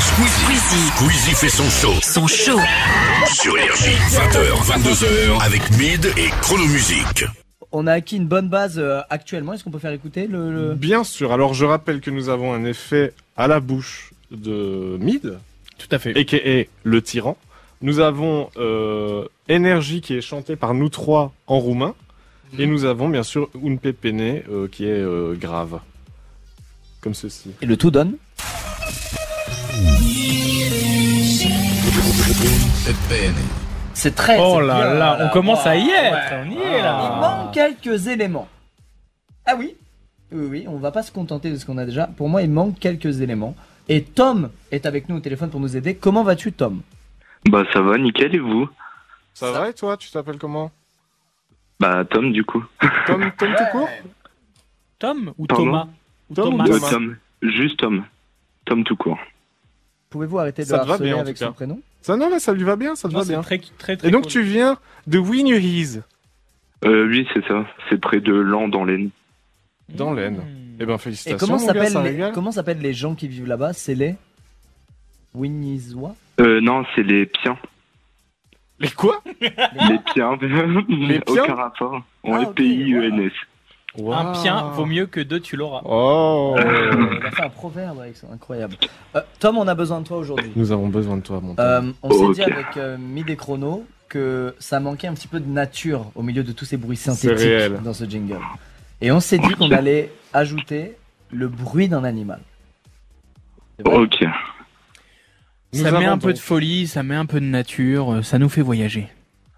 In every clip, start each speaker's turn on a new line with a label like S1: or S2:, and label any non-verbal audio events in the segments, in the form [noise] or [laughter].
S1: Squeezie. Squeezie. fait son show.
S2: Son show.
S1: Sur Énergie. 20h, 22h. Avec Mid et Chronomusique.
S3: On a acquis une bonne base euh, actuellement. Est-ce qu'on peut faire écouter le, le-
S4: Bien sûr. Alors je rappelle que nous avons un effet à la bouche de Mid,
S5: Tout à fait.
S4: a.k.a. le tyran. Nous avons euh, Énergie qui est chantée par nous trois en roumain.
S5: Mhm.
S4: Et nous avons bien sûr Un Pepene euh, qui est euh, grave. Comme ceci.
S3: Et le tout donne C'est
S4: Eh,
S3: très.
S5: Oh
S3: c'est bien,
S5: là là, on commence à y être, on y est
S3: Il manque
S5: là.
S3: quelques éléments. Ah oui Oui, oui, on va pas se contenter de ce qu'on a déjà. Pour moi, il manque quelques éléments. Et Tom est avec nous au téléphone pour nous aider. Comment vas-tu, Tom
S6: Bah ça va, nickel, et vous
S4: Ça, va et toi Tu t'appelles comment
S6: Bah Tom du coup.
S4: Tom, Tom tout court
S5: Tom ou
S6: Pardon
S5: Thomas ou
S4: Tom ou
S5: Thomas
S6: Euh,
S4: Thomas.
S6: Tom, juste Tom. Tom tout court.
S3: Pouvez-vous arrêter de
S4: Ça
S3: le
S4: te va
S3: harceler
S4: bien, en
S3: avec
S4: tout
S3: son
S4: cas.
S3: prénom
S4: Ça non mais ça lui va bien, ça te
S5: Non,
S4: va
S5: c'est
S4: bien.
S5: très, très, très
S4: Et donc
S5: cool.
S4: tu viens de Winurhees
S6: Euh, oui, c'est ça. C'est près de Lan dans l'Aisne.
S4: dans l'Aisne.
S5: Mmh.
S4: Eh ben
S3: Et
S4: félicitations.
S3: comment
S4: mon gars,
S3: s'appellent
S4: ça
S3: les...
S4: régale.
S3: comment s'appellent les gens qui vivent là-bas C'est les Winnisois
S6: Euh, non, c'est les Piens.
S4: Les quoi
S6: Les
S3: [laughs]
S6: Piens. [laughs]
S4: Les Piens
S6: Aucun rapport.
S3: Ah,
S6: On les
S3: ok,
S6: P-I-E-N-S.
S5: Un
S4: Waouh.
S5: pien vaut mieux que deux, tu l'auras. [laughs]
S4: Oh
S6: [laughs]
S3: Euh, On a fait un proverbe avec ça, incroyable. Euh, Tom, on a besoin de toi aujourd'hui.
S4: Nous avons besoin de toi, mon Tom.
S3: Euh, on
S6: Oh,
S3: s'est dit
S6: ok.
S3: avec euh, Mid et Chrono que ça manquait un petit peu de nature au milieu de tous ces bruits
S4: réel.
S3: synthétiques dans ce jingle. Et on s'est dit qu'on allait ajouter le bruit d'un animal. C'est vrai
S6: Ok.
S4: Nous
S5: ça met
S4: avons
S5: un peu
S4: donc-
S5: de folie, ça met un peu de nature, euh, ça nous fait voyager.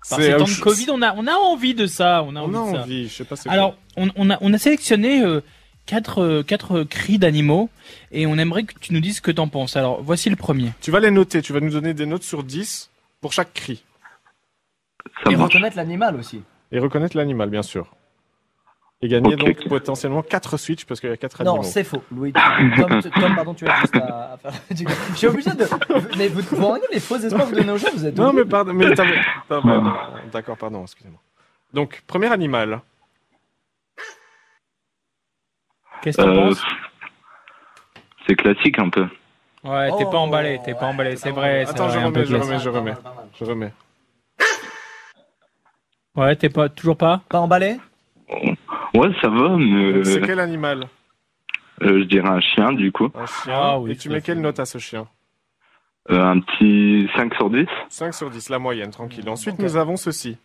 S5: Par
S4: C'est
S5: ces temps
S4: Auschwitz.
S5: de Covid, on a, on a envie de ça. On a
S4: On
S5: envie
S4: a
S5: de ça.
S4: envie, je sais pas c'est
S5: Alors, on, on a, on a sélectionné euh, quatre, euh, quatre cris d'animaux et on aimerait que tu nous dises ce que t'en penses. Alors, voici le premier.
S4: quoi. Tu vas les noter, tu vas nous donner des notes sur 10 pour chaque cri.
S6: Ça
S3: Et
S6: marche.
S3: reconnaître l'animal aussi.
S4: Et reconnaître l'animal, bien sûr. Et gagner
S6: Ok,
S4: donc
S6: ok.
S4: potentiellement 4 switches parce qu'il y a 4
S3: Non,
S4: animaux.
S3: c'est faux. Louis, Tom, tu- Tom, pardon, tu as juste à, à faire. Je suis obligé de. Mais vous vous vous rendez compte les faux espoirs que vous donnez aux gens, vous êtes.
S4: Non,
S3: horrible.
S4: mais pardon, mais t'avais- t'as- pardon. D'accord, pardon, excusez-moi. Donc, premier animal.
S5: Qu'est-ce que t'en
S6: Euh,
S5: penses
S6: c'est classique un peu.
S5: Ouais, t'es pas
S3: Oh,
S5: emballé, t'es pas
S3: ouais,
S5: emballé,
S3: t'es
S5: c'est
S3: pas
S5: vrai.
S3: emballé.
S5: c'est
S4: Attends,
S5: vrai,
S4: je
S5: un peu
S4: remets, je
S5: classe.
S4: remets, je
S3: Pas mal,
S4: remets.
S3: pas mal.
S4: Je remets.
S5: Ouais, t'es pas, toujours pas
S3: Pas emballé
S6: Ouais, ça va, mais
S4: Donc, C'est
S6: euh,
S4: quel animal
S6: euh, je dirais un chien du coup.
S4: Un chien.
S5: Ah oui,
S4: Et tu
S5: tout à
S4: mets quelle
S5: fait.
S4: note à ce chien
S6: Euh, un petit 5 sur 10.
S4: 5 sur 10, la moyenne, tranquille. Ensuite,
S3: Ok.
S4: nous avons ceci.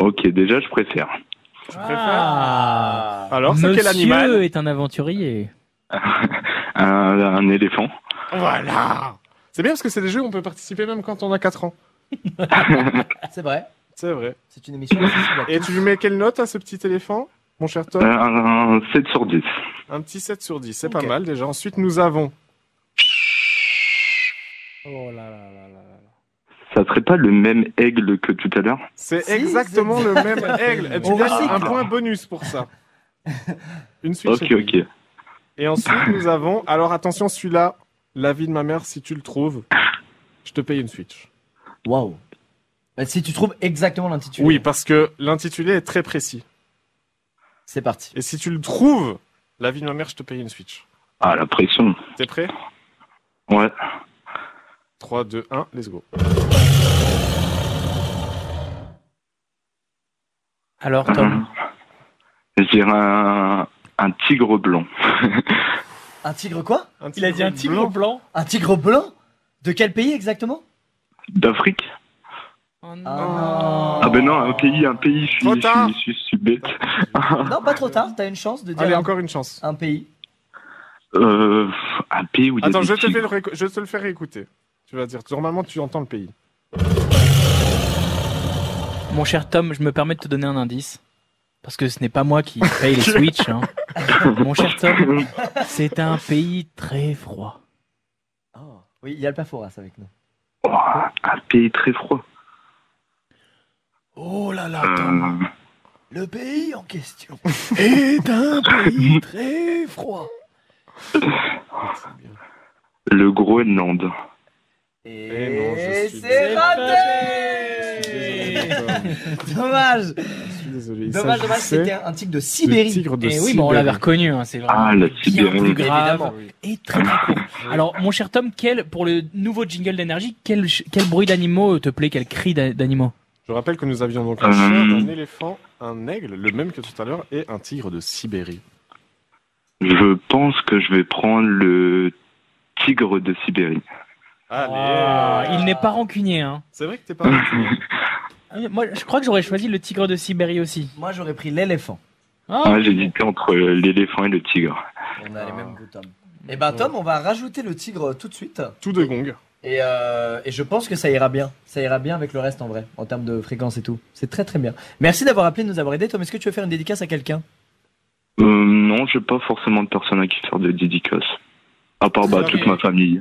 S6: Ok, déjà je préfère.
S4: Tu préfères
S3: Ah.
S4: Alors, c'est
S5: Ah. Monsieur
S4: quel animal
S5: est un aventurier.
S6: Un, un éléphant.
S4: Voilà C'est bien parce que c'est des jeux où on peut participer même quand on a 4 ans.
S3: C'est vrai.
S4: C'est vrai.
S3: C'est une émission accessible à
S4: Et
S3: tous.
S4: tu lui mets quelle note à ce petit éléphant, mon cher
S6: Euh,
S4: Tom
S6: un, 7 sur 10.
S4: Un petit 7 sur 10, c'est
S3: Ok.
S4: pas mal déjà. Ensuite, nous avons.
S5: Oh là là là là.
S6: Ça serait pas le même aigle que tout à l'heure
S4: C'est
S3: Si,
S4: exactement
S3: c'est-
S4: le même aigle. Et tu
S3: On
S4: gagnes
S3: recycle.
S4: un point bonus pour ça. Une suite.
S6: Ok, ok.
S4: Et ensuite, nous avons. Alors attention, celui-là, la vie de ma mère, si tu le trouves, je te paye une Switch.
S3: Waouh. Bah, si tu trouves exactement l'intitulé.
S4: Oui, parce que l'intitulé est très précis.
S3: C'est parti.
S4: Et si tu le trouves, la vie de ma mère, je te paye une Switch.
S6: Ah, la pression.
S4: T'es prêt
S6: Ouais.
S4: 3, 2, 1, let's go.
S5: Alors, Tom,
S6: Euh, Je dirais un, un tigre blanc.
S3: Un tigre quoi
S5: il a dit un tigre
S4: blanc.
S5: blanc.
S3: Un tigre blanc De quel pays exactement
S6: D'Afrique
S5: Oh non.
S3: Ah.
S6: Ah ben non, un pays, un pays, je suis,
S4: Trop
S6: je
S4: tard.
S6: suis, je suis, je suis bête.
S3: Non, pas trop tard. T'as une chance de dire
S4: Ah. Allez,
S3: un,
S4: encore une chance.
S3: un pays.
S6: Euh, un pays où il y a
S4: Attends,
S6: des
S4: je te,
S6: tigres.
S4: fais le réécou- je te le fais réécouter. Tu vas dire, normalement, tu entends le pays.
S5: Mon cher Tom, je me permets de te donner un indice. Parce que ce n'est pas
S4: [laughs]
S5: moi qui paye les Switch. hein. Mon cher Tom, c'est un pays très froid.
S4: Ah.
S3: Oui, il y a le Perforas avec nous.
S6: Oh, un pays très froid.
S5: Oh là là,
S6: Euh,
S3: Le pays en question.
S5: est un pays très froid.
S6: le Groenland.
S3: Et,
S4: Eh non, je suis
S3: c'est
S4: désolé. Je suis
S3: raté
S4: désolé,
S3: [laughs]
S4: Tom.
S3: Dommage
S4: Je suis désolé. Il
S3: Dommage, dommage,
S4: s'agissait
S3: c'était un tigre de Sibérie.
S4: de tigre de
S5: Et Eh oui, bon, on l'avait
S4: Sibérie.
S5: reconnu, hein, c'est vraiment
S6: Ah, la
S5: bien plus
S6: Sibérie.
S5: grave
S3: Évidemment,
S5: et très très court.
S4: ah.
S5: Alors, mon cher Tom, quel, pour le nouveau jingle d'énergie, quel, ch- quel bruit d'animaux euh, te plaît, quel cri d'a- d'animaux
S4: Je rappelle que nous avions donc un
S6: Euh.
S4: chien, un éléphant, un aigle, le même que tout à l'heure, et un tigre de Sibérie.
S6: Je pense que je vais prendre le tigre de Sibérie.
S5: Ah,
S4: Allez
S5: Il n'est pas rancunier, hein.
S4: C'est vrai que t'es pas...
S5: Ah, Moi, je crois que j'aurais choisi le tigre de Sibérie aussi.
S3: Moi, j'aurais pris l'éléphant.
S5: Ah,
S6: [laughs] Ah, J'hésitais entre l'éléphant et le tigre.
S3: On a les
S4: Ah.
S3: mêmes goûts, Tom. Eh ben, Tom, on va rajouter le tigre tout de suite.
S4: Tout de
S3: Eh
S4: gong.
S3: Et, euh, et je pense que ça ira bien. Ça ira bien avec le reste en vrai, en termes de fréquence et tout. C'est très très bien. Merci d'avoir appelé, de nous avoir aidé. Tom, est-ce que tu veux faire une dédicace à quelqu'un
S6: Euh, non, j'ai pas forcément de personne à qui faire de dédicace. À part bah, toute ma famille.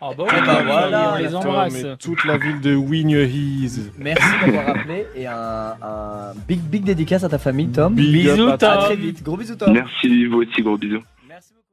S5: Ah bah,
S3: Eh ben, voilà,
S5: on les
S4: Tom
S5: embrasse.
S4: et toute la ville de Winnehees.
S3: Merci d'avoir appelé et un, un big big dédicace à ta famille, Tom.
S4: Big up
S5: Bisous,
S4: à
S5: Tom.
S3: À très vite. Gros bisous, Tom.
S6: Merci, vous aussi, gros bisous.
S3: Merci beaucoup.